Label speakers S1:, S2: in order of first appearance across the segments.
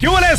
S1: tardes,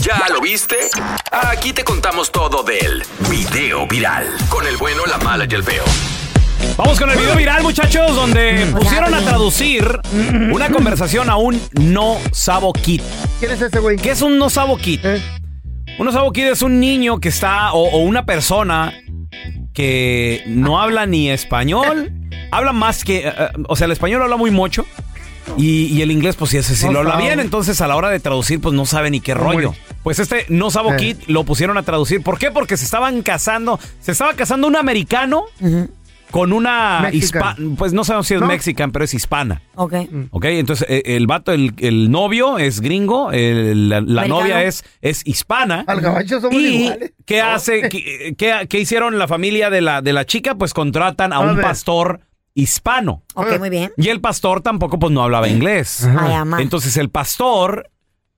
S2: ¿Ya lo viste? Aquí te contamos todo del video viral. Con el bueno, la mala y el feo.
S1: Vamos con el video viral, muchachos, donde pusieron a traducir una conversación a un no sabo kid.
S3: ¿Quién es ese güey? ¿Eh?
S1: ¿Qué es un no sabo kid? Un no sabo kid es un niño que está, o, o una persona que no habla ni español, habla más que, eh, eh, o sea, el español lo habla muy mucho. Y, y el inglés, pues sí, ese sí
S3: No
S1: lo habla
S3: sabe.
S1: bien, entonces a la hora de traducir, pues no sabe ni qué rollo. Pues este no sabo
S3: Eh.
S1: kid lo pusieron a traducir. ¿Por qué? Porque se estaban casando, se estaba casando un americano con una
S3: Mexican.
S1: hispa- pues no sabemos si es
S3: ¿No?
S1: mexican, pero es hispana.
S4: Ok.
S1: Ok, entonces eh, el vato, el, el novio es gringo, el- la, la
S4: Americano.
S1: novia es, es hispana.
S3: Al gabacho somos
S1: ¿Y
S3: iguales.
S1: qué hace? ¿Qué, qué- qué hicieron la familia de la, de la chica? Pues contratan a
S3: A
S1: un
S3: ver.
S1: pastor hispano.
S4: Ok, muy bien.
S1: Y el pastor tampoco pues no hablaba inglés.
S4: Ay, ama.
S1: Entonces el pastor,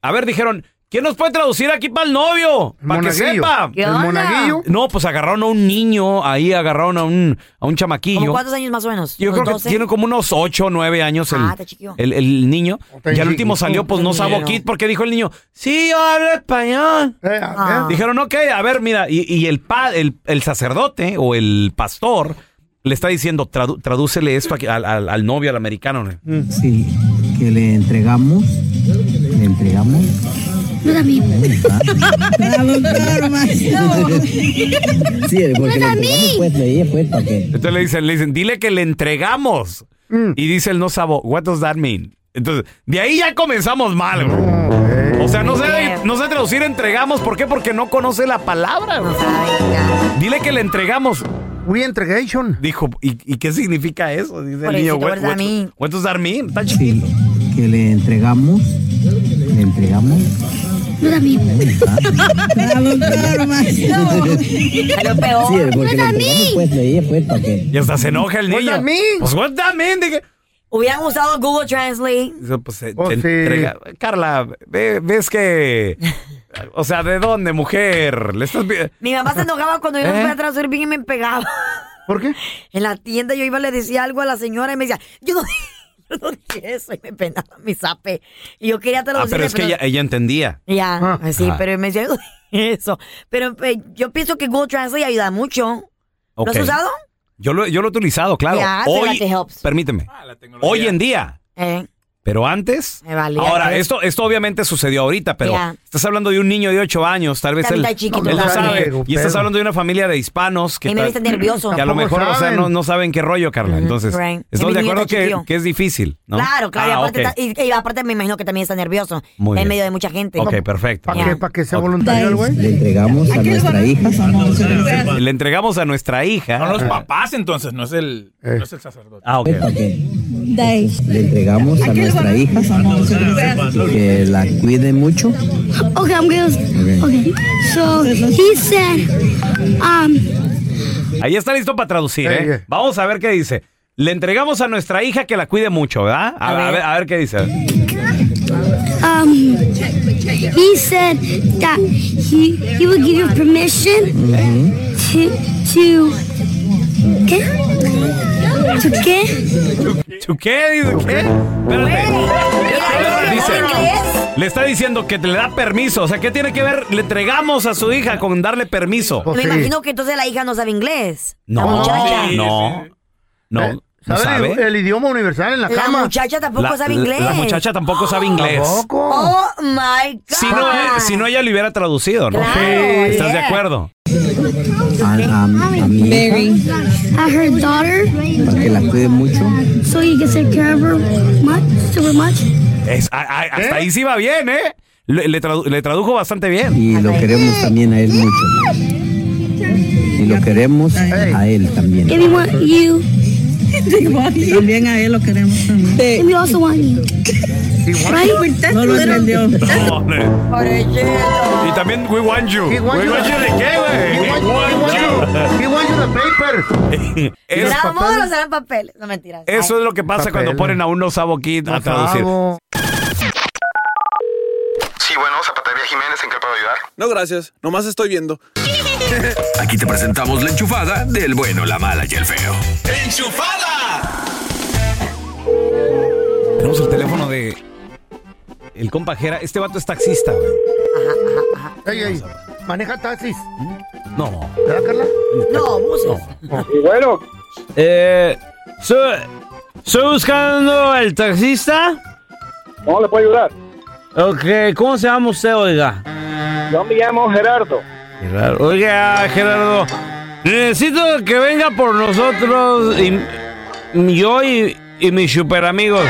S1: a ver, dijeron, ¿quién nos puede traducir aquí para el novio? Para que
S3: Monaguillo.
S1: sepa.
S4: ¿Qué
S3: el
S4: onda?
S3: monaguillo.
S1: No, pues agarraron a un niño, ahí agarraron a un, a un
S4: ¿Como
S1: chamaquillo.
S4: cuántos años más o menos?
S1: Yo creo
S4: ¿Unos
S1: que
S4: 12?
S1: tiene como unos 8 o 9 años el,
S4: Ah, está chiquillo.
S1: el, el niño.
S3: Está
S1: y al último
S3: chiquito,
S1: salió, pues no
S4: está
S1: sabo
S4: niño.
S1: kid, porque dijo el niño, sí, yo hablo español.
S3: Eh, a
S4: Ah.
S3: ver.
S1: Dijeron, ok, a ver, mira, y, y el, pa- el, el sacerdote o el pastor le está diciendo, "Tradu- tradúcele esto aquí al, al- al novio, al americano.
S5: Sí, que le entregamos. Le entregamos. Sí, porque le entregamos pues de ella pues para que.
S1: Entonces le dicen, le dicen, dile que le entregamos. Y dice el no sabo, what does that mean? Entonces, de ahí ya comenzamos mal, bro. O sea, no sé, no sé traducir entregamos, ¿por qué? Porque no conoce la palabra, bro.
S4: Ay, ya.
S1: Dile que le entregamos.
S3: We eh, integration.
S1: Dijo, ¿y, y qué significa eso? Dice el
S4: Pobrecito,
S1: niño, "What-
S4: ¿verdad,
S1: what-
S4: mí?
S1: what does that mean? Está chiquito.
S5: Sí, que le entregamos. Le entregamos.
S4: Es lo
S5: Sí,
S4: peor.
S5: porque le entregamos pues de ella pues para que.
S1: Y hasta se enoja el
S3: What
S1: niño.
S3: that mean?
S1: Pues, what that mean? Dije,
S4: Hubieran usado Google Translate.
S1: Dice, pues, se-
S3: Oh,
S1: te
S3: sí.
S1: entrega. Carla, ve- ves que. O sea, ¿de dónde, mujer? Le estás pi-
S4: Mi mamá se enojaba cuando yo me
S1: ¿Eh?
S4: fui a traducir bien y me pegaba.
S3: ¿Por qué?
S4: En la tienda yo iba le decía algo a la señora y me decía, yo no, yo no dije eso y me penaba mi zape. Y yo quería
S1: Ah,
S4: traducir.
S1: pero es que ella, ella entendía.
S4: Ya,
S3: Ah.
S4: sí,
S1: Ajá.
S4: pero me decía "Uy, eso. Pero eh, yo pienso que Google Translate ayuda mucho. ¿Lo
S1: Ok.
S4: has usado?
S1: Yo lo, yo lo he utilizado, claro.
S4: Ya, hace
S1: Hoy,
S4: like it helps.
S1: permíteme. Hoy en día.
S4: Eh,
S1: Pero antes.
S4: Me valía,
S1: ahora,
S4: pues.
S1: esto, esto obviamente sucedió ahorita, pero
S4: Ya.
S1: estás hablando de un niño de 8 años, tal vez
S4: Está
S1: él,
S4: bien, está chiquito,
S1: él no
S4: todavía.
S1: sabe.
S3: Pero,
S1: Y estás
S3: pero.
S1: hablando de una familia de hispanos que,
S4: y me
S1: tal-
S4: viste nervioso.
S1: que a lo
S3: Tampoco
S1: mejor, o sea,
S3: saben.
S1: no, no saben qué rollo, Carla.
S4: Ujú,
S1: Entonces,
S4: right.
S1: estoy
S4: Y mi
S1: de
S4: niño
S1: acuerdo
S4: está
S1: que,
S4: chiquillo.
S1: que es difícil, ¿no?
S4: Claro, claro. y,
S1: Ah,
S4: aparte
S1: ok.
S4: está- y- y aparte me imagino que también está nervioso.
S1: Muy
S4: en
S1: bien.
S4: medio de mucha gente.
S1: Ok, perfecto.
S3: ¿Para
S4: Ya.
S3: qué? ¿Para que sea
S1: Ok.
S3: voluntario el güey?
S5: Le entregamos a nuestra hija.
S1: Le entregamos a nuestra hija.
S6: Son los papás entonces, no es el,
S3: Eh.
S6: no es el sacerdote.
S1: Ah, ok.
S5: Pues para que. Le entregamos a nuestra hija. Que la cuide mucho.
S7: Okay, I'm gonna. Okay. So he said, um,
S1: Ahí está listo para traducir,
S3: Eh,
S1: ¿eh?
S3: eh.
S1: Vamos a ver qué dice. Le entregamos a nuestra hija que la cuide mucho, ¿verdad? A,
S4: A
S1: a
S4: ver.
S1: ver, a ver qué dice.
S7: um, he said that he he would give you permission to to okay to okay.
S1: ¿Tú ¿Qué? Dice,
S3: Eh,
S1: ¿Qué? Espérate. Dice,
S4: ¿En inglés?
S1: le está diciendo que te le da permiso. O sea, ¿qué tiene que ver? Le entregamos a su hija con darle permiso.
S3: Pues
S4: Me
S3: sí.
S4: imagino que entonces la hija no sabe inglés.
S1: No,
S4: La muchacha.
S1: no,
S3: Eh,
S1: no. ¿No
S3: ¿Sabe el,
S1: sabe?
S3: el idioma universal en la,
S4: La
S3: cama?
S4: muchacha tampoco
S1: La-
S4: sabe inglés.
S1: La muchacha tampoco sabe inglés.
S3: Tampoco.
S4: Oh my God.
S1: Si no, eh, si no, ella le hubiera traducido, ¿no?
S4: Ah. Claro,
S1: ¿Estás de
S4: yeah.
S1: acuerdo?
S5: A, a- a mi hija.
S7: At her daughter,
S5: Para que la cuide mucho.
S7: so he can take care of her much super much.
S1: Es- a- a- hasta ahí sí va bien, ¿eh? Le, le tradu- le tradujo bastante bien.
S5: Y lo queremos también a él mucho. Y lo queremos a él también.
S7: And we want you,
S8: También a él lo queremos.
S7: and we also want you. Right?
S8: No lo entendió.
S1: No, le-
S4: Pobrecito.
S1: Y también We Want You.
S3: We want you.
S1: de qué, güey?
S3: papers.
S1: Es-
S4: ¿Será amor
S3: papeles?
S4: o serán papeles? No, mentiras.
S1: eso es lo que pasa
S3: Papel.
S1: cuando ponen a un Osavo Kid a traducir.
S3: Bravo.
S9: Sí, bueno, Zapatería Jiménez, ¿en qué puedo ayudar?
S10: No, gracias. Nomás estoy viendo.
S2: Aquí te presentamos la enchufada del bueno, la mala y el feo.
S1: Tenemos el teléfono de el compa Jera. Este vato es taxista, güey.
S3: Ey, ey, maneja taxis.
S1: No.
S3: ¿Verdad, Carla?
S4: No, buses.
S1: Eh, estoy buscando al taxista.
S9: ¿Cómo le puedo ayudar?
S1: Ok, ¿cómo se llama usted, oiga?
S9: Yo me llamo Gerardo.
S1: Oiga, Gerardo, necesito que venga por nosotros y yo y, y mis super amigos.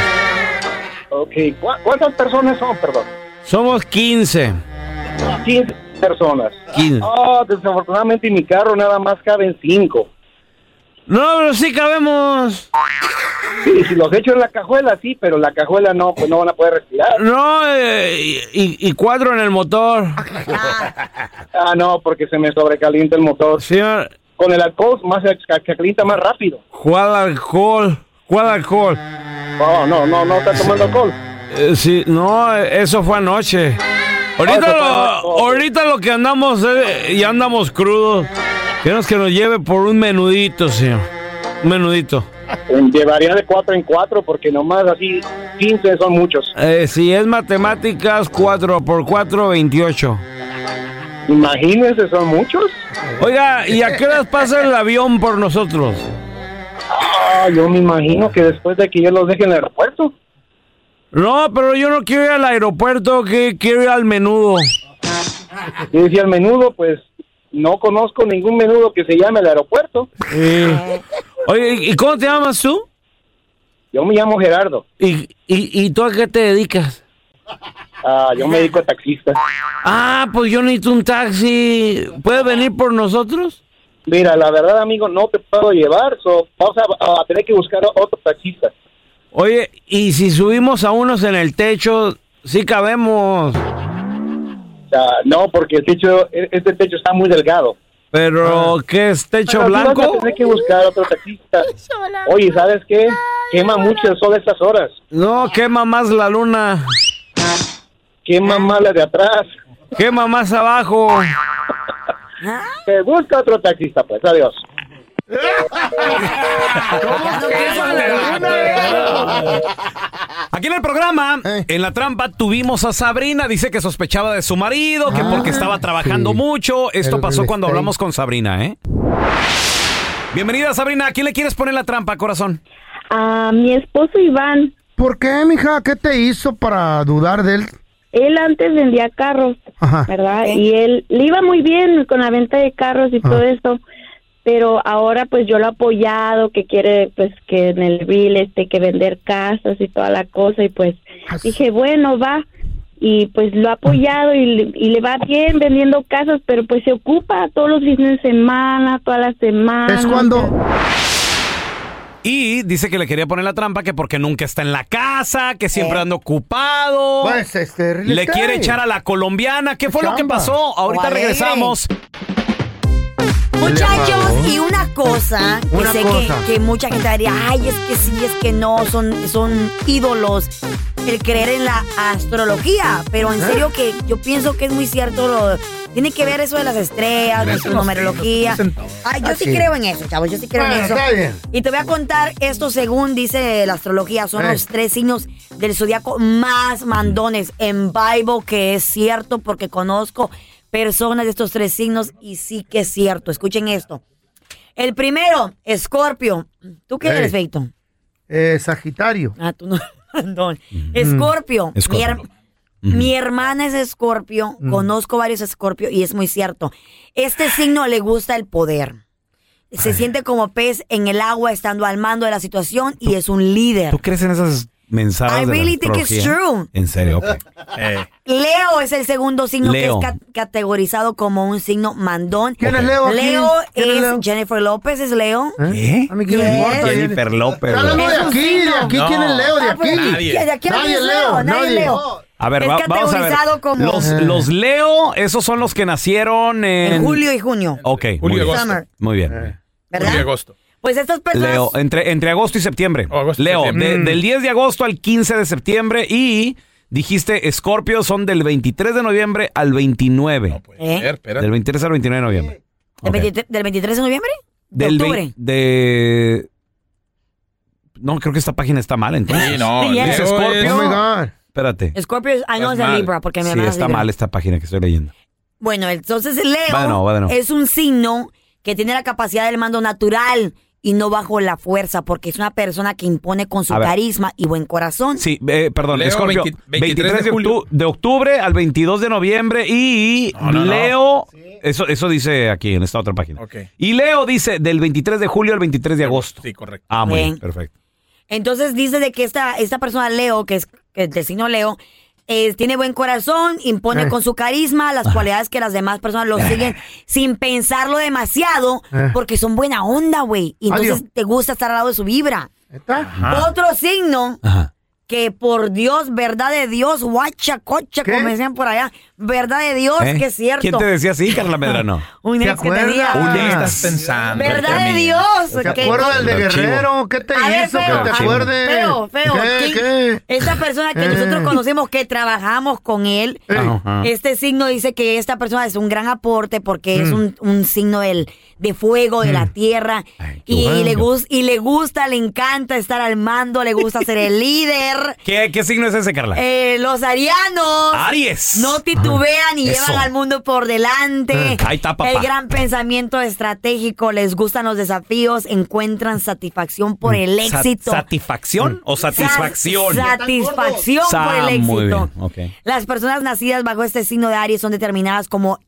S9: Ok, ¿cu- ¿cuántas personas son, perdón?
S1: Somos 15.
S9: 15 personas.
S1: 15.
S9: Oh, desafortunadamente en mi carro nada más caben 5.
S1: No, pero sí cabemos.
S9: Y si los echo en la cajuela, sí, pero en la cajuela no, pues no van a poder respirar.
S1: No, eh, y, y cuatro en el motor.
S9: Ah, no, porque se me sobrecalienta el motor.
S1: Señor,
S9: Con el alcohol más se ca- se calienta más rápido.
S1: ¿cuál alcohol? ¿Cuál alcohol?
S9: Oh, no, no, no está tomando alcohol.
S1: Eh, sí, no, eh, eso fue anoche.
S9: Ah,
S1: Ahorita
S9: eso fue
S1: lo,
S9: anoche.
S1: ahorita lo que andamos, eh, ya andamos crudos. Queremos que nos lleve por un menudito, señor. Un menudito.
S9: Llevaría de 4 en 4 porque nomás así 15 son muchos.
S1: Eh, si es matemáticas, 4 por 4, 28.
S9: Imagínense, son muchos.
S1: Oiga, ¿y a qué horas pasa el avión por nosotros?
S9: Ah, yo me imagino que después de que yo los deje en el aeropuerto.
S1: No, pero yo no quiero ir al aeropuerto, que quiero ir al menudo.
S9: Yo decía, el menudo, pues no conozco ningún menudo que se llame el aeropuerto.
S1: Eh, oye, ¿y cómo te llamas tú?
S9: Yo me llamo Gerardo.
S1: ¿Y, y, y tú a qué te dedicas?
S9: Ah, yo me dedico a taxista.
S1: Ah, pues yo necesito un taxi. ¿Puedes venir por nosotros?
S9: Mira, la verdad, amigo, no te puedo llevar. So, vamos a, a tener que buscar otro taxista.
S1: Oye, ¿y si subimos a unos en el techo? Sí cabemos,
S9: Ah, no, porque el techo, e- este techo está muy delgado.
S1: pero ¿qué es techo
S9: Pero sí vas
S1: blanco?
S9: a tener que buscar otro taxista. Oye, ¿sabes qué? Quema mucho el sol a estas horas.
S1: No, quema más la luna,
S9: Quema más la de atrás.
S1: quema más abajo.
S9: Te busca otro taxista, pues. Adiós.
S1: Aquí en el programa,
S3: Eh.
S1: en la trampa, tuvimos a Sabrina. Dice que sospechaba de su marido, que porque estaba trabajando
S3: Ah, sí.
S1: mucho. Esto
S3: El
S1: pasó
S3: real
S1: cuando
S3: estate.
S1: hablamos con Sabrina, ¿eh? Bienvenida, Sabrina. ¿A quién le quieres poner la trampa, corazón?
S7: A mi esposo Iván,
S3: ¿Por qué, mija? ¿Qué te hizo para dudar de él?
S7: él antes vendía carros,
S3: Ajá.
S7: ¿verdad? Y él le iba muy bien con la venta de carros y
S8: Ah.
S7: todo eso, pero ahora pues yo lo he apoyado, que quiere pues que en el bill este, que vender casas y toda la cosa y pues dije, bueno, va. Y pues lo ha apoyado y le, y le va bien vendiendo casas, pero pues se ocupa todos los fines de semana, todas las
S4: Ah,
S7: semanas.
S3: Es cuando...
S1: Y dice que le quería poner la trampa que porque nunca está en la casa, que siempre anda ocupado.
S3: Oh. Pues, este... real
S1: le
S3: estate.
S1: quiere echar a la colombiana. ¿Qué fue lo que
S3: Chamba.
S1: pasó? Ahorita
S4: Alegre.
S1: regresamos.
S4: Muchachos, y una cosa que
S3: Una
S4: sé
S3: cosa.
S4: Que, que mucha gente diría, ay, es que sí, es que no, son, son ídolos. El creer en la astrología, pero
S3: ¿Eh?
S4: en serio que yo pienso que es muy cierto. Lo, tiene que ver eso de las estrellas, de su numerología. Ay, yo sí
S3: Así.
S4: creo en eso, chavos, yo sí creo en
S3: Ah, Bueno,
S4: eso.
S3: está bien.
S4: Y te voy a contar esto según dice la astrología. Son
S3: Eh.
S4: los tres signos del zodiaco más mandones en Bible, que es cierto, porque conozco personas de estos tres signos y sí que es cierto. Escuchen esto. El primero, Escorpio. ¿Tú qué
S3: Ey.
S4: eres, Feito?
S3: Eh, Sagitario.
S4: Ah, tú no. Mandón. Escorpio. Mi, her- mi hermana es Escorpio. Conozco varios Escorpio y es muy cierto. Este signo le gusta el poder. Se siente como pez en el agua estando al mando de la situación y es un líder.
S1: ¿Tú crees en esas mensajes?
S4: I
S1: de la
S4: really think it's
S1: astrología?
S4: true.
S1: En serio,
S6: Eh.
S1: ¿Eh? ok.
S4: Leo es el segundo signo
S1: Leo.
S4: que es ca- categorizado como un signo mandón.
S3: ¿Quién es Leo aquí?
S4: Leo es,
S3: ¿Quién es Leo? ¿Eh?
S4: Jennifer López, es Leo.
S1: ¿Qué?
S3: A mí qué me
S4: Yes.
S3: importa.
S1: ¿Eh? Jennifer López.
S3: Está hablando
S1: güey.
S3: de
S4: Es un
S3: aquí, de
S4: signo.
S3: aquí.
S6: No.
S3: ¿Quién es Leo? De
S4: Ah, pues,
S3: aquí.
S6: Nadie.
S4: ¿De aquí
S3: Nadie
S4: es Leo?
S3: Leo,
S4: Nadie
S3: nadie.
S4: Leo.
S1: A ver,
S4: es
S1: va- vamos a ver.
S4: categorizado como
S1: Los, los Leo, esos son los que nacieron en...
S4: en julio y junio.
S1: Ok, muy
S6: Julio,
S1: bien.
S6: agosto. Eh.
S4: Summer.
S1: Muy bien.
S4: ¿verdad?
S6: de agosto.
S4: Pues estas personas.
S1: Leo, entre, entre agosto y septiembre.
S6: agosto y
S1: Leo,
S6: septiembre.
S1: de-
S6: Mm.
S1: del 10 de agosto al 15 de septiembre y dijiste Scorpio son del 23 de noviembre al 29.
S6: pues,
S4: ¿Eh?
S1: Del 23 al 29 de noviembre.
S4: ¿Del, 23, del 23 de noviembre? ¿De
S1: Del
S4: octubre?
S1: vein- de No, creo que esta página está mal entonces.
S6: Sí, no,
S4: Sí, ya.
S1: Dice
S6: Leo
S1: Scorpio.
S6: es- Oh my
S3: God.
S1: Espérate.
S4: Scorpio, es- ah,
S1: Estás
S4: no, es de
S1: mal.
S4: Libra, porque me
S1: Sí,
S4: van a
S1: está
S4: Libra.
S1: mal esta página que estoy leyendo.
S4: Bueno, entonces Leo
S1: Va de nuevo, va de nuevo.
S4: es un signo que tiene la capacidad del mando natural y no bajo la fuerza, porque es una persona que impone con su
S1: A ver.
S4: carisma y buen corazón.
S1: Sí, eh, perdón,
S6: Leo,
S1: Scorpio,
S6: 20
S1: 23,
S6: 23
S1: de,
S6: de
S1: octu- de octubre al 22 de noviembre y
S6: No, no, no.
S1: Leo, eso eso dice aquí en esta otra página.
S6: Ok.
S1: Y Leo dice del 23 de julio al 23 de agosto.
S6: Sí, correcto.
S1: Ah, muy bien,
S4: Bien.
S1: perfecto.
S4: Entonces dice de que esta, esta persona Leo, que es que es de signo Leo, eh, tiene buen corazón, impone
S3: Eh.
S4: con su carisma las cualidades que las demás personas lo siguen sin pensarlo demasiado,
S3: Eh.
S4: porque son buena onda, güey. Y entonces
S3: Adiós. Ah.
S4: te gusta estar al lado de su vibra.
S3: ¿Neta?
S4: Otro signo
S1: Ajá.
S4: que por Dios, verdad de Dios, guacha, cocha,
S3: ¿Qué?
S4: como decían por allá, verdad de Dios,
S1: ¿Eh?
S4: que Oh, es cierto.
S1: ¿Quién te decía así, Carla Medrano?
S4: Un
S3: ¿Te
S4: ex que Pues,
S3: acuerdas?
S4: tenía.
S3: Un
S6: ¿Qué
S3: ex.
S6: estás pensando?
S4: Verdad de
S6: Carmina?
S4: Dios.
S3: ¿Te
S4: que-
S3: acuerdas del de
S1: Del chivo.
S3: Guerrero? ¿Qué te
S4: A ver,
S3: hizo?
S4: feo,
S3: que te
S1: chivo.
S3: acuerdes.
S4: Feo, feo.
S3: ¿Qué,
S4: ¿quién-
S3: qué?
S4: Esta persona que
S3: Eh.
S4: nosotros conocemos, que trabajamos con él,
S3: Ey.
S1: Ajá.
S4: este signo dice que esta persona es un gran aporte porque
S3: Mm.
S4: es un, un signo del, de fuego, de la tierra.
S1: Ay, qué
S4: y,
S1: bueno.
S4: le gus- y le gusta, le encanta estar al mando, le gusta ser el líder.
S1: ¿Qué, qué signo es ese, Carla?
S4: Eh, los arianos.
S1: Aries.
S4: No titubean y
S1: Eso. Mm,
S4: llevan al mundo por delante.
S1: Ahí está, papá.
S4: El gran pensamiento estratégico, les gustan los desafíos, encuentran satisfacción por el
S1: Sa-
S4: éxito.
S1: ¿Satisfacción o Mm, satisfacción?
S4: Sa- Satisfacción
S1: Sa-
S4: por el éxito.
S1: Muy bien, ok.
S4: Las personas nacidas bajo este signo de Aries son determinadas como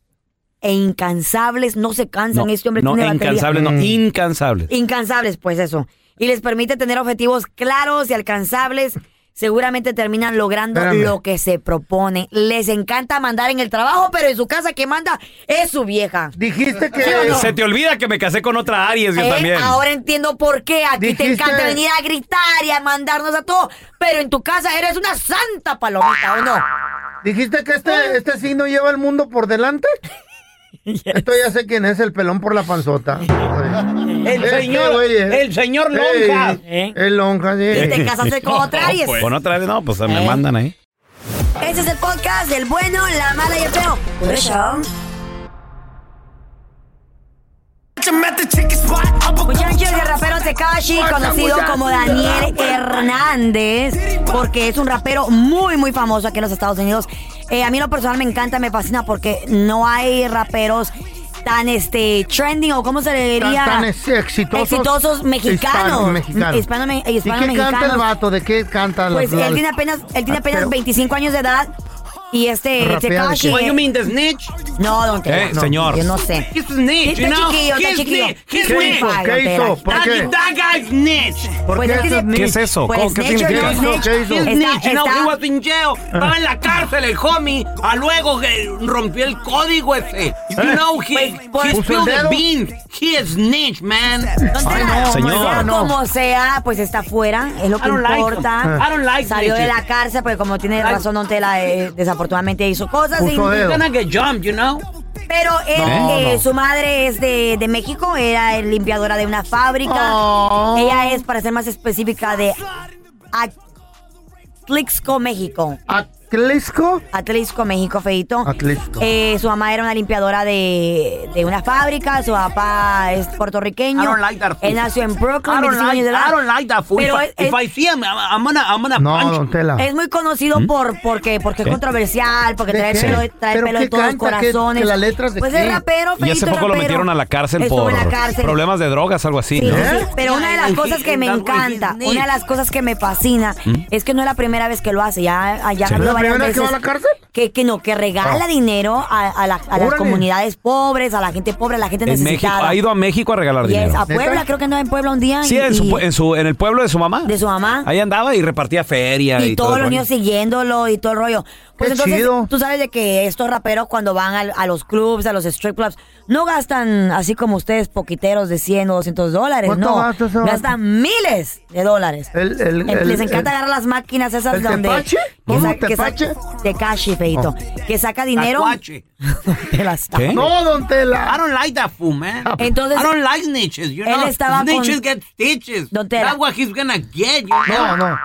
S4: e incansables, no se cansan, este hombre
S1: no,
S4: tiene batería.
S1: incansables, no, incansables.
S4: Incansables, pues eso. Y les permite tener objetivos claros y alcanzables. Seguramente terminan logrando
S3: Espérame.
S4: lo que se propone. Les encanta mandar en el trabajo, pero en su casa que manda es su vieja.
S3: Dijiste que.
S4: ¿Sí o no?
S1: Se te olvida que me casé con otra Aries yo
S4: Eh,
S1: también.
S4: Ahora entiendo por qué. Aquí te
S3: Dijiste-
S4: encanta venir a gritar y a mandarnos a todo, pero en tu casa eres una santa palomita, ¿o no?
S3: ¿Dijiste que este, este signo lleva el mundo por delante? Esto ya sé quién es, el pelón por la panzota.
S1: El
S3: Este güey es-
S1: señor
S3: Ey,
S4: ¿Eh?
S3: El lonja, sí.
S4: Y te casaste con otra Aries.
S1: Con otra Aries, no, pues me
S4: Eh.
S1: mandan ahí.
S4: Ese Este es el podcast del bueno, la mala y el feo. Por eso. Pues Muchachos, el rapero Tekashi, conocido como Daniel Hernández, porque es un rapero muy, muy famoso aquí en los Estados Unidos. Eh, a mí en lo personal me encanta, me fascina porque no hay raperos tan este trending o cómo se le diría
S3: Tan- tan es- exitosos.
S4: exitosos mexicanos
S3: Hispano- mexicanos.
S4: Hispano- me-
S3: ¿Y
S4: hispano-
S3: qué canta el
S4: mexicanos.
S3: vato? ¿De qué canta? la-
S4: Pues
S3: la-
S4: él tiene apenas, él tiene apenas
S3: Pero-
S4: 25 años de edad y este
S3: Rapea de
S4: Tekashi.
S3: qué? What you
S1: the snitch?
S4: No, don Tela,
S1: Eh,
S4: no,
S1: señor.
S4: Yo no sé.
S1: He's a snitch,
S4: Está
S1: you know?
S4: chiquillo, está
S1: He's
S4: chiquillo.
S1: snitch, he's
S3: ¿Qué hizo?
S4: 25,
S3: ¿Qué
S4: don
S3: hizo?
S4: Tela.
S3: ¿Por qué?
S1: guy's snitch.
S3: ¿Por
S4: Pues
S3: qué
S4: él
S3: eso
S4: tiene-
S3: es
S1: ¿Qué es eso?
S4: Pues,
S1: ¿Cómo- ¿Qué
S4: snitch or
S1: significa?
S4: no snitch.
S3: ¿Qué hizo?
S4: Está- está-
S1: in jail. Estaba en la cárcel el homie. A luego que rompió el código ese. You know, he,
S3: he Eh. ¿Puso spilled el the dedo?
S1: beans. He is snitch, man.
S4: don Tela,
S3: Ay, no,
S4: sea
S1: señor,
S3: no.
S4: como sea, pues está afuera, es lo que
S1: I don't like
S4: importa.
S1: him. I don't like
S4: Salió de
S1: snitches.
S4: la cárcel, porque como tiene razón Don Tela, eh, desafortunadamente hizo cosas. e
S3: Puso
S4: y-
S3: dedo.
S1: get jumped, you know?
S4: Pero él,
S1: No,
S4: eh,
S1: no.
S4: su madre es de, de México, era eh, limpiadora de una fábrica.
S3: Oh.
S4: Ella es, para ser más específica, de Atlixco, México.
S3: ¿Atlesco?
S4: Atlisco, México, feito.
S3: Atlisco.
S4: Eh, su mamá era una limpiadora de, de una fábrica, su papá es puertorriqueño.
S1: I don't like that food.
S4: Él nació en Brooklyn,
S1: I don't
S4: 25 años
S1: like,
S4: de edad.
S1: I don't like that fool.
S4: Pero
S1: if, I,
S4: es-
S1: if I see him, I'm, I'm gonna, I'm gonna
S3: No,
S1: punch
S3: don
S1: him.
S3: Tela.
S4: Es muy conocido por porque porque es
S1: ¿Qué?
S4: controversial, porque
S3: ¿Mm? ¿De
S4: trae
S3: qué?
S4: pelo, de- trae
S3: ¿Pero
S4: pelo
S3: qué
S4: de todos los
S3: canta? ¿Qué-
S4: corazones.
S3: que las letras de
S4: pues
S3: qué?
S4: es rapero,
S1: Y
S4: feito,
S1: hace poco lo
S4: rapero.
S1: metieron a la cárcel
S4: Estuvo
S1: por
S4: en la cárcel.
S1: problemas de drogas, algo así,
S4: Sí,
S1: ¿no?
S4: sí, sí. Pero una de las cosas que me encanta, una de las cosas que me fascina, es que no es la primera vez que lo hace, ya, ya
S1: Sí.
S4: habló
S3: ¿Mm? ¿La
S4: varias
S3: primera vez que
S4: veces.
S3: va a la cárcel?
S4: Que, que no, que regala dinero a, a la- a las
S3: Órale.
S4: comunidades pobres, a la gente pobre, a la gente
S1: En México,
S4: necesitada.
S1: ha ido a México a regalar
S4: Y es
S1: dinero.
S4: a Puebla,
S3: ¿Neta?
S4: creo que no en Puebla un día.
S1: Sí,
S4: y-
S1: en, su,
S4: y-
S1: pue- en, su, en el pueblo de su mamá.
S4: de su mamá.
S1: Ahí andaba y repartía feria.
S4: Y,
S1: Y,
S4: todos
S1: todo el
S4: los
S1: rollo.
S4: niños siguiéndolo y todo el rollo. Pues
S3: Qué
S4: entonces,
S3: chido.
S4: tú sabes de que estos raperos cuando van al- a, los clubs, a los strip clubs, no gastan así como ustedes, poquiteros de 100 o 200 dólares,
S3: ¿Cuánto
S4: no.
S3: gastas ahora?
S4: gastan miles de dólares.
S3: el-
S4: Eh, Les
S3: el-
S4: encanta
S3: el-
S4: agarrar las máquinas esas
S3: ¿el
S4: donde.
S3: tepache?
S4: que
S3: ¿Cómo,
S4: sa- que sa-
S3: tepache? Oh.
S4: Tecashi, feito. Que saca dinero.
S1: Tacuache.
S4: Te las tapa.
S1: ¿Qué?
S3: No, don Tela.
S1: I don't like that fool, man.
S5: Ah,
S4: Entonces-
S1: I don't like niches, you
S4: Él
S1: know.
S4: estaba
S1: Niches
S4: con-
S1: get stitches.
S4: Don Tela.
S1: That's what he's gonna get, you
S3: No,
S1: know.
S3: no.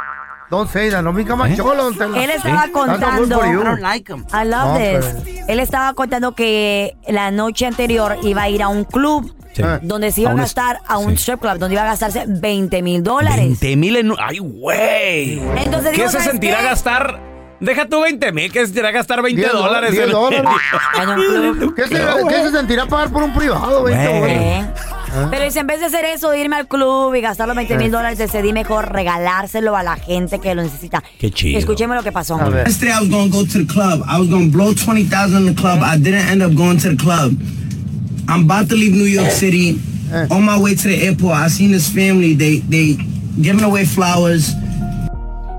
S3: Don Seda, no me cama
S1: ¿Eh?
S3: cholo, don Tela.
S4: Él estaba
S3: That's not good
S4: contando.
S3: for you.
S1: I don't like him.
S4: I love
S3: No,
S4: this. Él estaba contando que la noche anterior iba a ir a un club
S1: Sí.
S4: donde se iba
S1: A
S4: a
S1: un-
S4: gastar a un
S1: sí.
S4: strip club, donde iba a gastarse 20 mil dólares.
S1: 20 mil en... un- ¡Ay, güey!
S4: Entonces
S1: ¿Qué
S4: digo,
S1: se
S4: ¿sabes
S1: sentirá
S4: qué?
S1: gastar? Deja tú 20 mil, ¿qué se sentirá gastar 20
S3: 10
S1: dólares?
S3: dólares,
S1: en-
S3: 10 dólares.
S4: En un club.
S3: ¿Qué se, ¿Qué se sentirá pagar por un privado, 20
S1: Güey.
S3: dólares?
S4: ¿Eh?
S1: Ah.
S4: Pero dice, en vez de hacer eso, irme al club y gastar los 20 mil dólares, decidí mejor regalárselo a la gente que lo necesita.
S1: Qué chido.
S4: Escuchemos lo que pasó.
S3: A ver.
S5: Yesterday I was gonna go to the club. I was gonna blow 20,000 in the club. I didn't end up going to the club. I'm about to leave New
S1: Eh.
S5: York City. On my way to the airport, I seen this family. They they giving away flowers.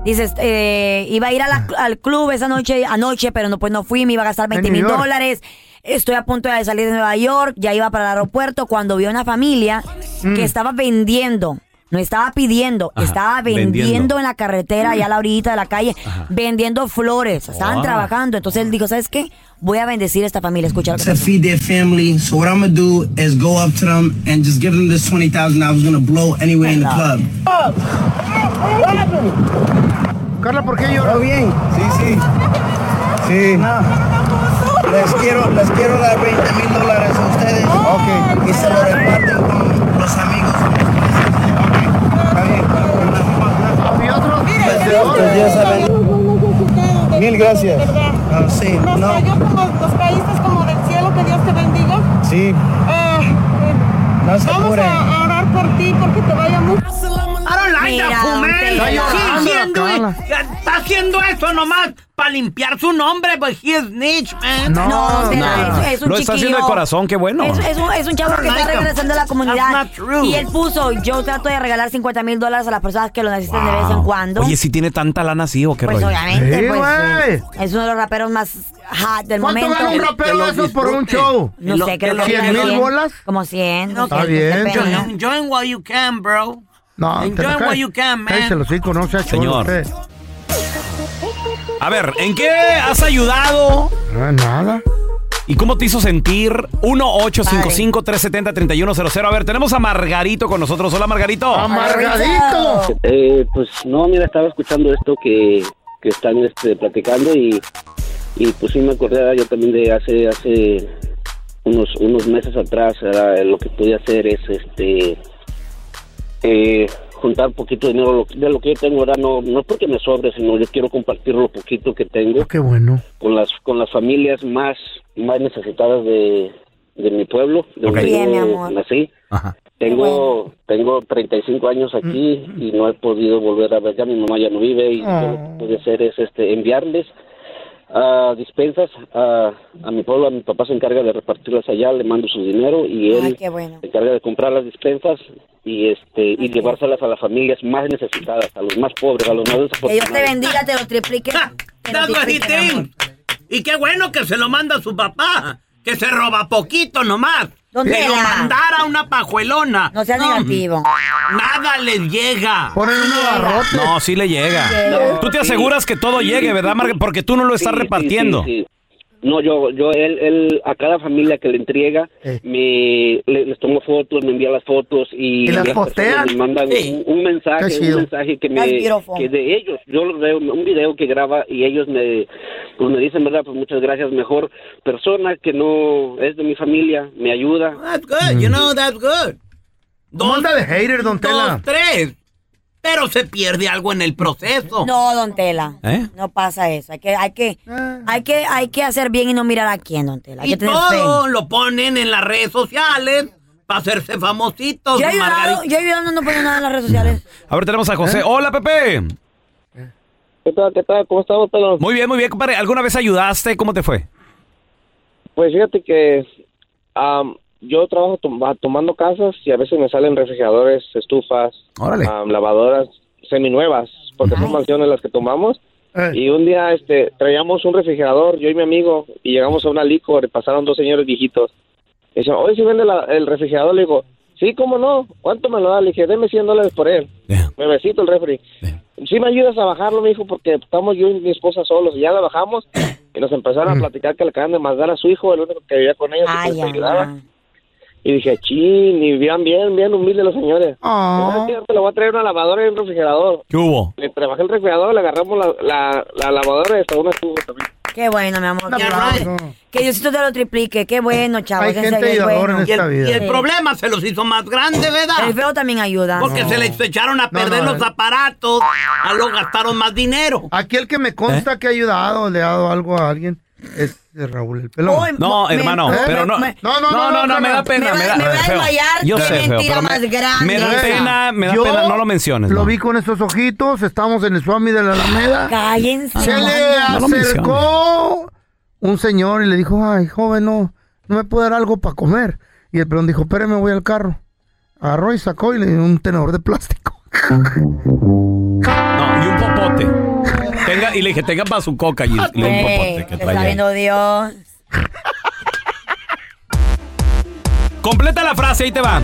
S4: Dices, eh, iba a ir a la- al club esa noche, anoche, pero no, pues no fui, me iba a gastar 20 mil
S3: New York.
S4: dólares. Estoy a punto de salir de Nueva York, ya iba para el aeropuerto cuando vi una familia que estaba vendiendo, no estaba pidiendo,
S1: Ajá,
S4: estaba vendiendo,
S1: vendiendo.
S4: en la carretera, allá a la orillita de la calle, vendiendo flores, estaban
S1: Oh.
S4: trabajando. Entonces él dijo, ¿sabes qué? Voy a bendecir a esta familia, escucha lo que
S5: to
S4: pasó.
S5: feed their family. So what I'm gonna do is go up to them and just give them this twenty thousand I was gonna blow anyway in the club.
S3: Carla, ¿por qué llora?
S5: bien. Sí, sí. Sí. Les quiero, les quiero dar 20 mil dólares a ustedes. Ok. Y se lo reparten con los amigos. Está bien.
S3: ¿Había otro vendedor?
S5: Ustedes ya saben.
S11: Mil gracias.
S5: Ah, sí,
S11: Nos
S5: no.
S11: cayó como los caíste como del cielo, que Dios te bendiga.
S5: Sí.
S11: Ah, eh,
S5: No se
S11: vamos
S5: apuren.
S11: a orar por ti, porque te vaya muy
S1: I don't like
S4: Mira,
S1: that fool,
S4: don
S1: man.
S4: Tela.
S3: Está llorando la
S1: haciendo- está haciendo eso nomás para limpiar su nombre, but
S12: pues,
S1: he is niche, man.
S3: No,
S4: No,
S3: no.
S4: no. Es, es un
S1: Lo está haciendo de
S4: chiquillo.
S1: corazón, qué bueno.
S4: Es, es un, es un chavo que está
S1: Like him.
S4: regresando a la comunidad.
S1: That's not true.
S4: Y él puso, yo trato de regalar 50 mil dólares a las personas que lo necesitan de vez en
S1: Wow.
S4: cuando.
S1: Ah. Oye, si tiene tanta lana así o qué
S4: pues
S1: rollo.
S4: obviamente,
S3: Sí,
S4: pues, es uno de los raperos más hot del
S3: ¿Cuánto
S4: momento.
S3: gana un rapero de esos por un show?
S4: No sé, creo que...
S3: ¿Cien
S4: como
S3: mil
S4: 100,
S3: bolas?
S4: Como 100.
S1: No,
S3: Está
S4: 200
S3: bien,
S4: pesos,
S3: está
S4: ¿no?
S3: bien.
S1: Enjoy while you can, bro.
S3: No, te
S1: Enjoy
S3: lo
S1: what
S3: cae.
S1: you can, man.
S3: Cállese el hocico, no sea cholo
S1: Señor.
S3: usted.
S1: A ver, ¿en qué has ayudado
S3: No es nada.
S1: y cómo te hizo sentir? 1-855-370-3100. A ver, tenemos a Margarito con nosotros. Hola, Margarito.
S3: ¡Amargadito!
S9: Eh, pues no, mira, estaba escuchando esto que, que están este, platicando y, y pues sí me acordé yo también de hace hace unos unos meses atrás era, lo que pude hacer es este eh, juntar poquito dinero lo- de lo que yo tengo ahora no no porque me sobre sino yo quiero compartir lo poquito que tengo
S3: Oh, ¡Qué bueno!
S9: con las con las familias más más necesitadas de, de mi pueblo de
S1: Ok.
S9: donde
S4: Bien, mi
S9: yo
S4: amor.
S9: nací
S1: Ajá.
S9: tengo tengo 35 años aquí
S1: Mm.
S9: y no he podido volver a ver ya mi mamá ya no vive y yo lo
S1: Ah.
S9: que pude hacer es este enviarles ah, dispensas a, a mi pueblo, a mi papá se encarga de repartirlas allá, le mando su dinero y él
S4: Ay, qué bueno.
S9: se encarga de comprar las dispensas y este y llevárselas a las familias más necesitadas, a los más pobres, a los más
S4: Que Dios
S9: desafortunados.
S4: te bendiga, te lo triplique. te lo
S1: That's what he
S4: triplique, mi amor.
S1: thinks. Y qué bueno que se lo manda a su papá, que se roba poquito nomás.
S4: Don
S1: Que lo
S4: Tela.
S1: mandara una pajuelona.
S4: No seas negativo.
S1: Nada les llega.
S3: Ponen unos barrotes.
S1: No, sí le llega.
S4: No,
S1: tú te aseguras que todo llegue, ¿verdad, Margarito? Porque tú no lo estás
S9: Sí, sí,
S1: repartiendo.
S9: sí, sí. No, yo, yo, él, él, a cada familia que le entrega,
S3: Eh.
S9: me, le- les tomo fotos, me envía las fotos y,
S3: ¿Y las
S9: personas
S3: postean?
S9: me mandan
S1: Sí.
S9: un, un
S3: Qué
S9: mensaje,
S3: chido.
S9: un mensaje que me,
S4: That's beautiful.
S9: que de ellos, yo los veo, un video que graba y ellos me, pues me dicen, verdad, pues muchas gracias, mejor persona que no es de mi familia, me ayuda.
S1: That's good, you know, that's good.
S3: ¿Cómo anda de hater, don Tela?
S1: dos, tres. Pero se pierde algo en el proceso.
S4: No, don Tela.
S1: ¿Eh?
S4: No pasa eso. Hay que, hay que, hay que, hay que hacer bien y no mirar a quién, don Tela. Hay
S1: y
S4: que tener
S1: todo
S4: fe.
S1: lo ponen en las redes sociales para hacerse famositos.
S4: Yo he ayudado,
S1: Margarita.
S4: yo he ayudado, no pongo nada en las redes sociales.
S1: A ver, tenemos a
S3: ¿Eh?
S1: José. Hola, Pepe.
S9: ¿Qué tal, qué tal? ¿Cómo estamos, pelón?
S1: Muy bien, muy bien, compadre. ¿Alguna vez ayudaste? ¿Cómo te fue?
S9: Pues fíjate que am, yo trabajo tum- ah, tomando casas y a veces me salen refrigeradores, estufas,
S1: Órale.
S9: am, lavadoras seminuevas, porque son mansiones las que tomamos.
S3: Eh.
S9: Y un día este traíamos un refrigerador, yo y mi amigo, y llegamos a una licor y pasaron dos señores viejitos. Dice, hoy se vende la- el refrigerador. Le digo, sí, cómo no. ¿Cuánto me lo da? Le dije, deme 100 dólares por él. Me besito el refri. Sí, me ayudas a bajarlo, me dijo, porque estamos yo y mi esposa solos. Y ya la bajamos y nos empezaron a platicar que le acaban de mandar a su hijo, el único que vivía con ellos, y que les ayudaba. Y dije, chin, y bien, bien, bien humildes los señores.
S3: Ah.
S9: "No, Te lo voy a traer una lavadora y un refrigerador.
S1: ¿Qué hubo?
S9: Le trabajé el refrigerador, le agarramos la, la, la lavadora y hasta una estuvo también.
S4: Qué bueno, mi amor. qué bueno. Que Diosito te lo triplique. Qué bueno, chavo.
S9: Hay
S4: que en
S9: gente
S4: serio es
S9: ayudadora en
S4: bueno.
S9: esta
S12: Y el- vida. y el
S4: Sí.
S12: problema se los hizo más grande, ¿verdad?
S4: El feo también ayuda.
S12: Porque se les echaron a perder
S3: no,
S12: los aparatos, a lo gastaron más dinero.
S3: Aquí el que me consta
S1: ¿Eh?
S3: que ha ayudado, le ha dado algo a alguien, es eh, Raúl el Pelón.
S1: No, hermano, pero no.
S3: no, no, no, no,
S1: me da pena. Me, da, feo. Yo sé, feo, pero me- Me da pena, me da
S3: Yo
S1: pena, no lo menciones.
S3: Lo
S1: no.
S3: vi con estos ojitos, estamos en el Swami de la Alameda.
S4: Cállense.
S3: Se le
S1: No lo
S3: acercó un señor y le dijo, ay, joven, no, no me puede dar algo para comer. Y el pelón dijo, espérame, voy al carro. Agarró y sacó y le dio un tenedor de plástico.
S1: No, y un popote. Tenga, y le dije, tenga para su coca y, y un
S4: Ey,
S1: popote que
S4: te
S1: trae
S4: está
S1: ahí.
S4: viendo Dios.
S1: Completa la frase, ahí te va.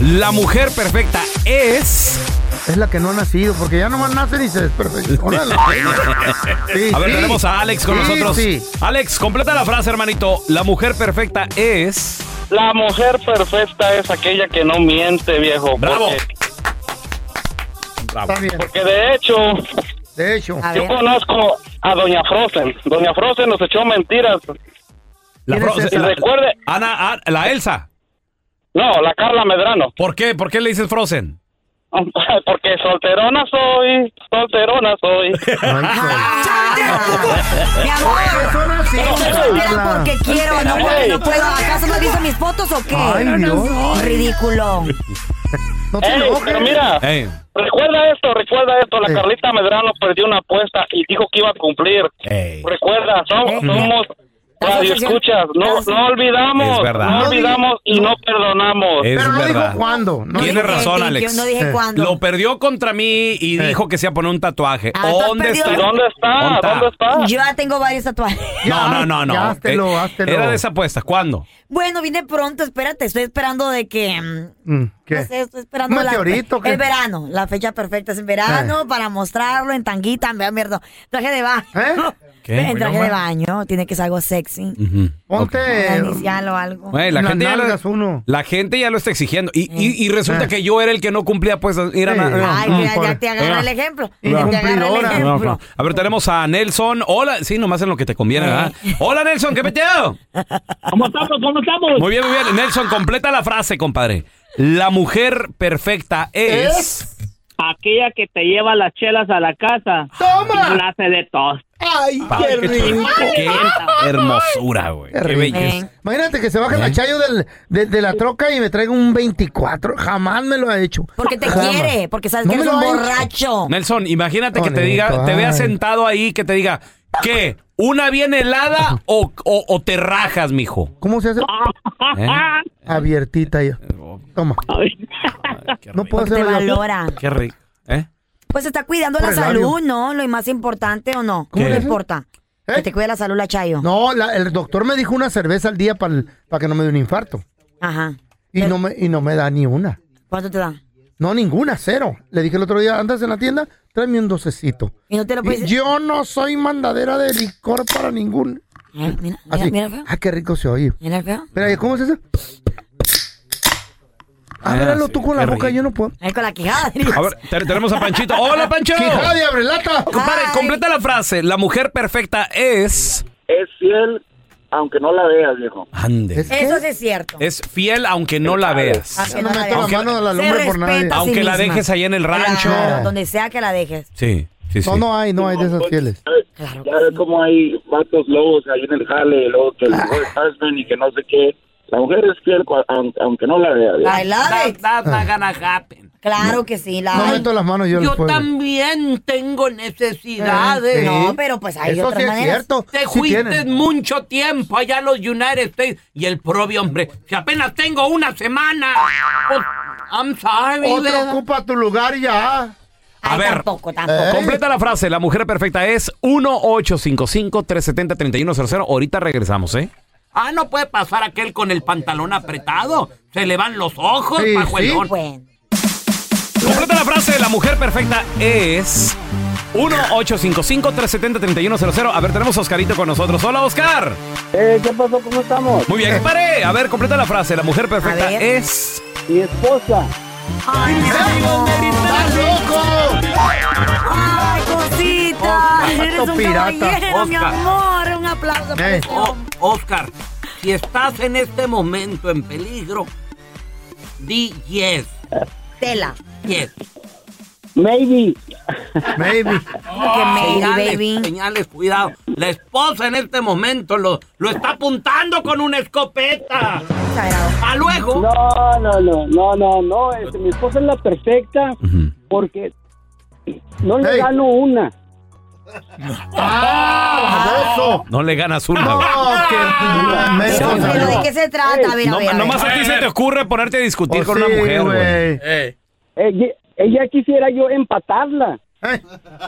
S1: La mujer perfecta es.
S3: Es la que no ha nacido, porque ya nomás nacen y se desperfeccionan. Sí,
S1: a ver,
S3: sí.
S1: tenemos a Alex con
S3: Sí,
S1: nosotros.
S3: sí.
S1: Alex, completa la frase, hermanito. La mujer perfecta es.
S13: La mujer perfecta es aquella que no miente, viejo.
S1: Bravo.
S13: Porque, porque de hecho,
S3: de hecho,
S1: Ah,
S13: yo conozco a Doña Frozen. Doña Frozen nos echó mentiras.
S1: La,
S13: ¿Quién es
S1: Fro-
S13: esa?
S1: la-
S13: Recuerde-
S1: Ana, a- la Elsa.
S13: No, la Carla Medrano.
S1: ¿Por qué? ¿Por qué le dices Frozen?
S13: Porque solterona soy, solterona soy.
S1: ah,
S4: Ah, Mi amor,
S13: no,
S4: esto se queda
S13: Carla.
S4: porque quiero, no puedo,
S13: Ey.
S4: no puedo. ¿Acaso no has visto mis fotos o qué?
S13: Ay, Dios.
S4: Ridículo.
S13: Ey, pero mira,
S1: Eh,
S13: recuerda esto, recuerda esto. La Carlita Medrano perdió una apuesta y dijo que iba a cumplir. Recuerda, som- somos radio escuchas. No, no olvidamos,
S1: Es verdad.
S13: no
S1: No digo-
S13: olvidamos y no perdonamos.
S1: Es verdad.
S3: cuándo.
S1: Tienes razón, Alex.
S4: Yo no dije cuándo.
S1: Lo perdió contra mí y dijo que se iba a poner un tatuaje.
S4: Ah, ¿estás
S1: ¿Dónde
S4: perdido?
S1: está?
S4: Yo ya tengo varios tatuajes.
S1: No, no, no, no.
S3: ya, háztelo,
S1: Eh,
S3: háztelo.
S1: Era de esa apuesta. ¿Cuándo?
S4: Bueno, viene pronto, espérate, estoy esperando de que... mm, No
S1: Pues
S4: sé, estoy esperando
S3: ¿Un
S4: la,
S3: meteorito o qué? Eh.
S4: el verano. La fecha perfecta es en verano para mostrarlo en tanguita, me da mierda. Traje de baño.
S3: ¿Eh?
S1: ¿Qué?
S4: En traje
S1: Bueno,
S4: de baño, tiene que ser algo sexy.
S3: Ponte
S4: Una inicial o algo.
S1: Güey, la,
S3: Las
S1: gente ya lo-
S3: nalgas, uno.
S1: la gente ya lo está exigiendo. Y, y- y resulta
S3: Eh.
S1: que yo era el que no cumplía apuestas. Mira,
S3: Sí.
S1: na- na-
S4: Ay,
S1: mm,
S4: ya,
S1: pobre.
S4: ya te agarra
S1: Ah.
S4: el ejemplo.
S1: Ah.
S4: Ya te agarra el
S1: Ah, no,
S4: ejemplo.
S1: no. A ver, tenemos a Nelson. Hola, sí, nomás en lo que te conviene,
S3: Eh.
S1: ¿verdad? Hola, Nelson, ¿qué peteo?
S14: ¿Cómo estamos? ¿Cómo estamos?
S1: Muy bien, muy bien. Nelson, completa la frase, compadre. La mujer perfecta es...
S14: Aquella que te lleva las chelas a la casa.
S3: ¡Toma!
S14: Y la hace de tos.
S3: ¡Ay,
S1: Papi,
S3: qué rico!
S1: Qué hermosura, güey. Qué belleza.
S3: Imagínate que se baje la chayo del- de, de la troca y me traiga un 24. Jamás me lo ha hecho.
S4: Porque te
S3: Jamás.
S4: quiere, porque sabes
S3: No
S4: que
S3: me
S4: eres
S3: lo
S4: un
S3: ha hecho.
S4: borracho.
S1: Nelson, imagínate que te
S3: Bonito,
S1: diga, te vea
S3: ay.
S1: sentado ahí, que te diga, ¿qué? ¿Una bien helada o, o- o te rajas, mijo? ¿Eh?
S3: ¿Cómo se hace?
S4: Ah.
S3: Abiertita yo. Toma. no puedo
S4: Porque
S3: hacer
S4: te valora.
S1: Qué rico. ¿Eh?
S4: Pues está cuidando la
S3: Por el
S4: salud,
S3: labio.
S4: ¿no? Lo más importante o no.
S3: ¿Cómo
S4: ¿Cómo
S3: le
S4: le
S3: haces?
S4: importa? Que te cuide la salud la Chayo.
S3: ¿Eh? No, la- el doctor me dijo una cerveza al día para que no me dé un infarto.
S4: Ajá.
S3: Y no, me, y no me da ni una.
S4: ¿Cuánto te da?
S3: No, ninguna, cero. Le dije el otro día, andas en la tienda, tráeme un docecito.
S4: Y no te lo puedes-
S3: Yo no soy mandadera de licor para ningún.
S4: Eh, mira, mira,
S3: Así.
S4: mira, feo.
S3: Ah, qué rico se oye.
S4: Mira, feo.
S3: Mira, ¿cómo es eso?
S1: Ah,
S3: Ábrelo
S1: sí,
S3: tú con
S1: qué
S3: la boca,
S1: rico.
S3: yo no puedo.
S4: Ahí con la quijada.
S1: A ver, te- tenemos a Panchito. ¡Hola, Pancho!
S3: Quijada de abrelata.
S1: Compadre, completa la frase. La mujer perfecta es...
S9: Es fiel, aunque no la veas, viejo.
S1: Ande.
S4: Eso sí es cierto.
S1: Es fiel aunque no la veas.
S4: Aunque no la
S3: meto la
S4: dejes.
S3: mano a la
S4: Se
S3: lumbre por
S4: respeta
S3: nadie.
S4: a sí
S1: Aunque la
S4: misma.
S1: dejes ahí en el rancho.
S4: Claro, donde sea que la dejes.
S1: Sí, sí, sí.
S3: No, no hay, no hay de esas fieles.
S9: Ya ves cómo hay vatos lobos ahí en el jale, y luego que el mejor husband y que no sé qué. La mujer es fiel cua- aun- aunque no la vea. viejo.
S4: I love it.
S12: That- that gonna happen.
S4: Claro que sí, la
S3: No
S4: hay.
S3: meto las manos yo,
S12: Yo
S3: al pueblo.
S12: también tengo necesidades.
S3: Sí.
S4: No, pero pues hay
S3: Eso
S4: otras
S3: sí es
S4: maneras.
S3: cierto.
S12: Te
S3: Sí
S12: fuiste
S3: tienen.
S12: mucho tiempo allá a los United States y el propio hombre. Si apenas tengo una semana. Pues, I'm sorry,
S3: Otro
S12: ¿verdad?
S3: ocupa tu lugar ya.
S1: A ver,
S4: tampoco,
S1: Eh.
S4: tampoco.
S1: completa la frase. La mujer perfecta es 1-855-370-3100. Ahorita regresamos, ¿eh?
S12: Ah, no puede pasar aquel con el pantalón apretado. Se le van los ojos,
S1: Sí,
S12: pajuelón.
S1: sí. Completa la frase, la mujer perfecta es 1-855-370-3100. A ver, tenemos a Oscarito con nosotros. Hola, Oscar.
S5: Eh, ¿Qué pasó? ¿Cómo estamos?
S1: Muy bien, compadre. A ver, completa la frase, la mujer perfecta es...
S5: Mi esposa.
S4: ¡Ay,
S3: ¡Eh!
S5: loco!
S4: ¡Ay, cosita!
S12: Oscar.
S4: Eres un
S12: Pirata.
S4: caballero, mi
S12: Oscar.
S4: amor. Un aplauso para
S12: Eh.
S4: este
S12: O-
S5: Oh.
S4: hombre.
S12: Oscar, si estás en este momento en peligro, di yes,
S4: Tela.
S12: yes.
S5: Maybe.
S3: Maybe.
S4: que me irá,
S12: señales,
S4: baby.
S12: señales, cuidado. La esposa en este momento lo, lo está apuntando con una escopeta. A luego.
S5: No, no, no, no, no, no. este, mi esposa es la perfecta porque no le gano una.
S1: No le ganas una. güey.
S3: Oh,
S4: Pero ¿de qué se trata? A ver, a
S1: No,
S4: ver, a ver.
S1: nomás a ti se te ocurre ponerte a discutir
S3: Pues
S5: Oh,
S1: con
S5: sí,
S1: una mujer, güey.
S5: güey. Ella, ella quisiera yo empatarla.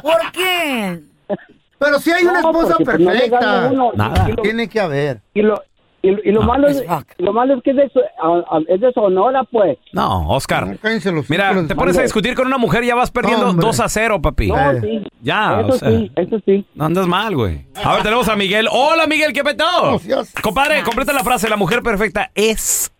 S4: ¿Por qué?
S3: Pero si hay una
S5: No,
S3: esposa
S5: porque, pues, no le
S3: perfecta,
S5: gano uno. Nada.
S3: tiene que haber.
S5: Y lo, y, lo- y
S1: Ah,
S5: lo, malo, es, lo malo es que es de, so- a- a- es de Sonora, pues.
S1: No, Oscar. Mira, te pones a
S5: Hombre.
S1: discutir con una mujer ya vas perdiendo
S5: Hombre.
S1: 2 a 0, papi.
S3: Eh.
S5: No, Oh, sí.
S1: Ya,
S5: Eso
S1: o sea,
S5: sí, eso sí.
S1: no andas mal, güey. A ver, tenemos a Miguel. Hola, Miguel, ¿qué petado? Compadre, completa la frase. La mujer perfecta es...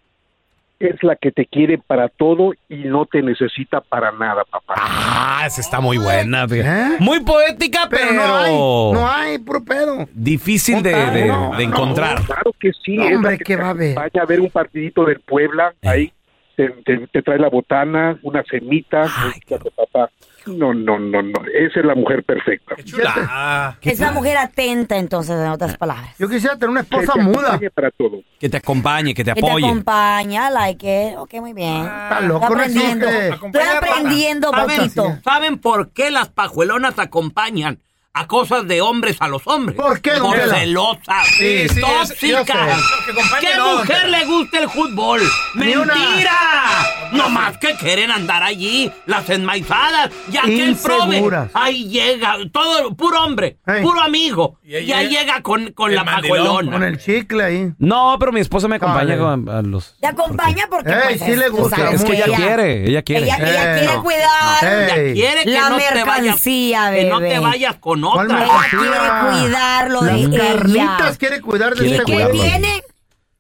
S15: Es la que te quiere para todo y no te necesita para nada, papá.
S1: Ah, esa está muy buena. fíjate. Muy poética, pero...
S3: Pero no hay, no hay, puro pedo.
S1: Difícil de, de-
S3: No,
S1: de encontrar.
S15: Claro que sí.
S3: No,
S15: es la
S3: hombre,
S15: que
S3: ¿qué va a haber?
S15: Vaya a ver un partidito del Puebla, ahí te, te- te trae la botana, una semita, fíjate, papá. No, no, no, no. Esa es la mujer perfecta.
S4: Es una mujer atenta, entonces, en otras palabras.
S3: Yo quisiera tener una
S15: Que
S3: esposa
S15: te
S3: muda.
S15: acompañe Para todo.
S1: Que te acompañe, que te
S4: Que te
S1: apoye.
S4: acompaña, like it. Ok, muy bien.
S12: Ah.
S4: Está
S3: loco, no
S4: aprendiendo.
S3: existe.
S4: Estoy aprendiendo,
S12: ¿Saben,
S4: papito.
S12: saben por qué las pajuelonas acompañan a cosas de hombres a los hombres? ¿Por
S3: qué, don
S12: Por
S3: Tela?
S12: celosas,
S3: Sí, sí, es- yo sé.
S12: tóxicas.
S3: Que acompañen,
S12: ¿Qué
S3: no, don
S12: mujer
S3: Tela.
S12: le gusta el fútbol?
S3: Ni una.
S12: ¡Mentira! No más que quieren andar allí, las enmaizadas, y aquel prove.
S3: Inseguras.
S12: Ahí llega, todo, puro hombre, puro amigo. Y ahí, llega con, con la pajuelona.
S3: Con el chicle ahí.
S1: No, pero mi esposa me acompaña con- a los...
S4: Te acompaña porque. pues,
S3: Ey, sí le
S4: tú
S3: gusta.
S4: sabes
S1: Es que ella quiere, ella quiere.
S4: Ella, ella
S1: Eh,
S4: quiere
S1: no.
S4: cuidar.
S1: Ella Ey.
S12: quiere que
S4: la
S12: no te vayas-
S4: mercancía,
S12: que no te
S4: bebé.
S12: vayas con otra. ¿Cuál
S4: Ella
S12: mercancía?
S4: quiere cuidarlo de
S12: Las
S4: ella.
S12: carnitas quiere
S3: cuidar
S12: de
S4: ¿Y
S12: este
S4: qué
S12: güey.
S4: tiene?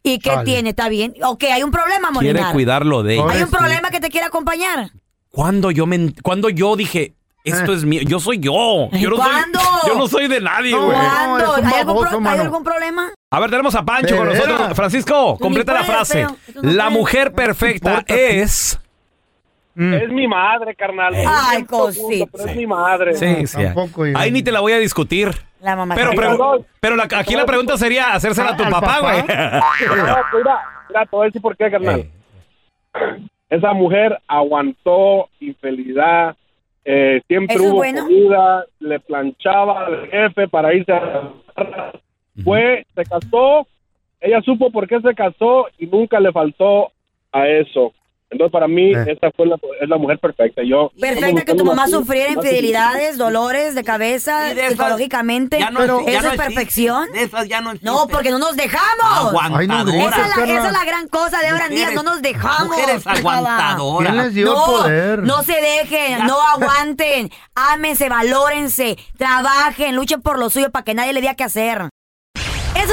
S4: ¿Y qué
S12: Chale.
S4: tiene? ¿Está bien? Ok, hay un problema,
S1: Quiere
S4: Molinar.
S1: cuidarlo de ella.
S4: ¿Hay un problema que te quiere acompañar?
S1: Cuando yo me, en- cuando yo dije, esto es mío, yo soy yo. Yo no soy,
S4: Ah. ¿Cuándo?
S1: yo no soy de nadie, güey.
S4: ¿Cuándo? ¿Hay, algún pro- hay
S3: mano.
S4: algún problema?
S1: A ver, tenemos a Pancho
S3: ¿De
S1: con nosotros.
S3: veras?
S1: Francisco, completa la
S4: puedes,
S1: frase.
S4: feo. Tú no
S1: La
S4: puedes.
S1: mujer perfecta es.
S3: Mm.
S16: Es mi madre, carnal.
S4: Ay,
S16: Pero es mi madre.
S1: Sí, sí. Ahí ni te la voy a discutir.
S4: La mamá.
S1: Pero, pregu- pero la- aquí la pregunta sería hacérsela a tu
S16: ¿Al
S1: papá,
S16: papá?
S1: güey.
S16: No, mira, mira, te voy a decir por qué, carnal. Esa mujer aguantó infelidad, eh, siempre
S4: ¿Eso es
S16: hubo
S4: bueno?
S16: comida, le planchaba al jefe para irse a... Fue, se casó, ella supo por qué se casó y nunca le faltó a eso. Entonces, para mí, esta fue la, es la mujer perfecta. Yo,
S4: Perfecta que tu mamá sufriera infidelidades, dolores de cabeza,
S12: esas-
S4: psicológicamente.
S12: ya no-
S4: pero
S12: ya
S4: ¿Eso
S12: no
S4: es
S12: existe.
S4: perfección?
S12: De Ah, esas ya no
S4: No, porque no nos dejamos.
S12: Ay, no grites,
S4: esa, es la,
S12: Carla.
S4: esa es la gran cosa de ahora en día, no nos dejamos.
S12: mujeres aguantadoras.
S4: Nada.
S12: ¿Quién les dio
S4: no,
S12: el poder?
S4: No se dejen,
S12: Ya.
S4: no aguanten. Ámense, valórense, trabajen, luchen por lo suyo para que nadie le diga qué hacer. Este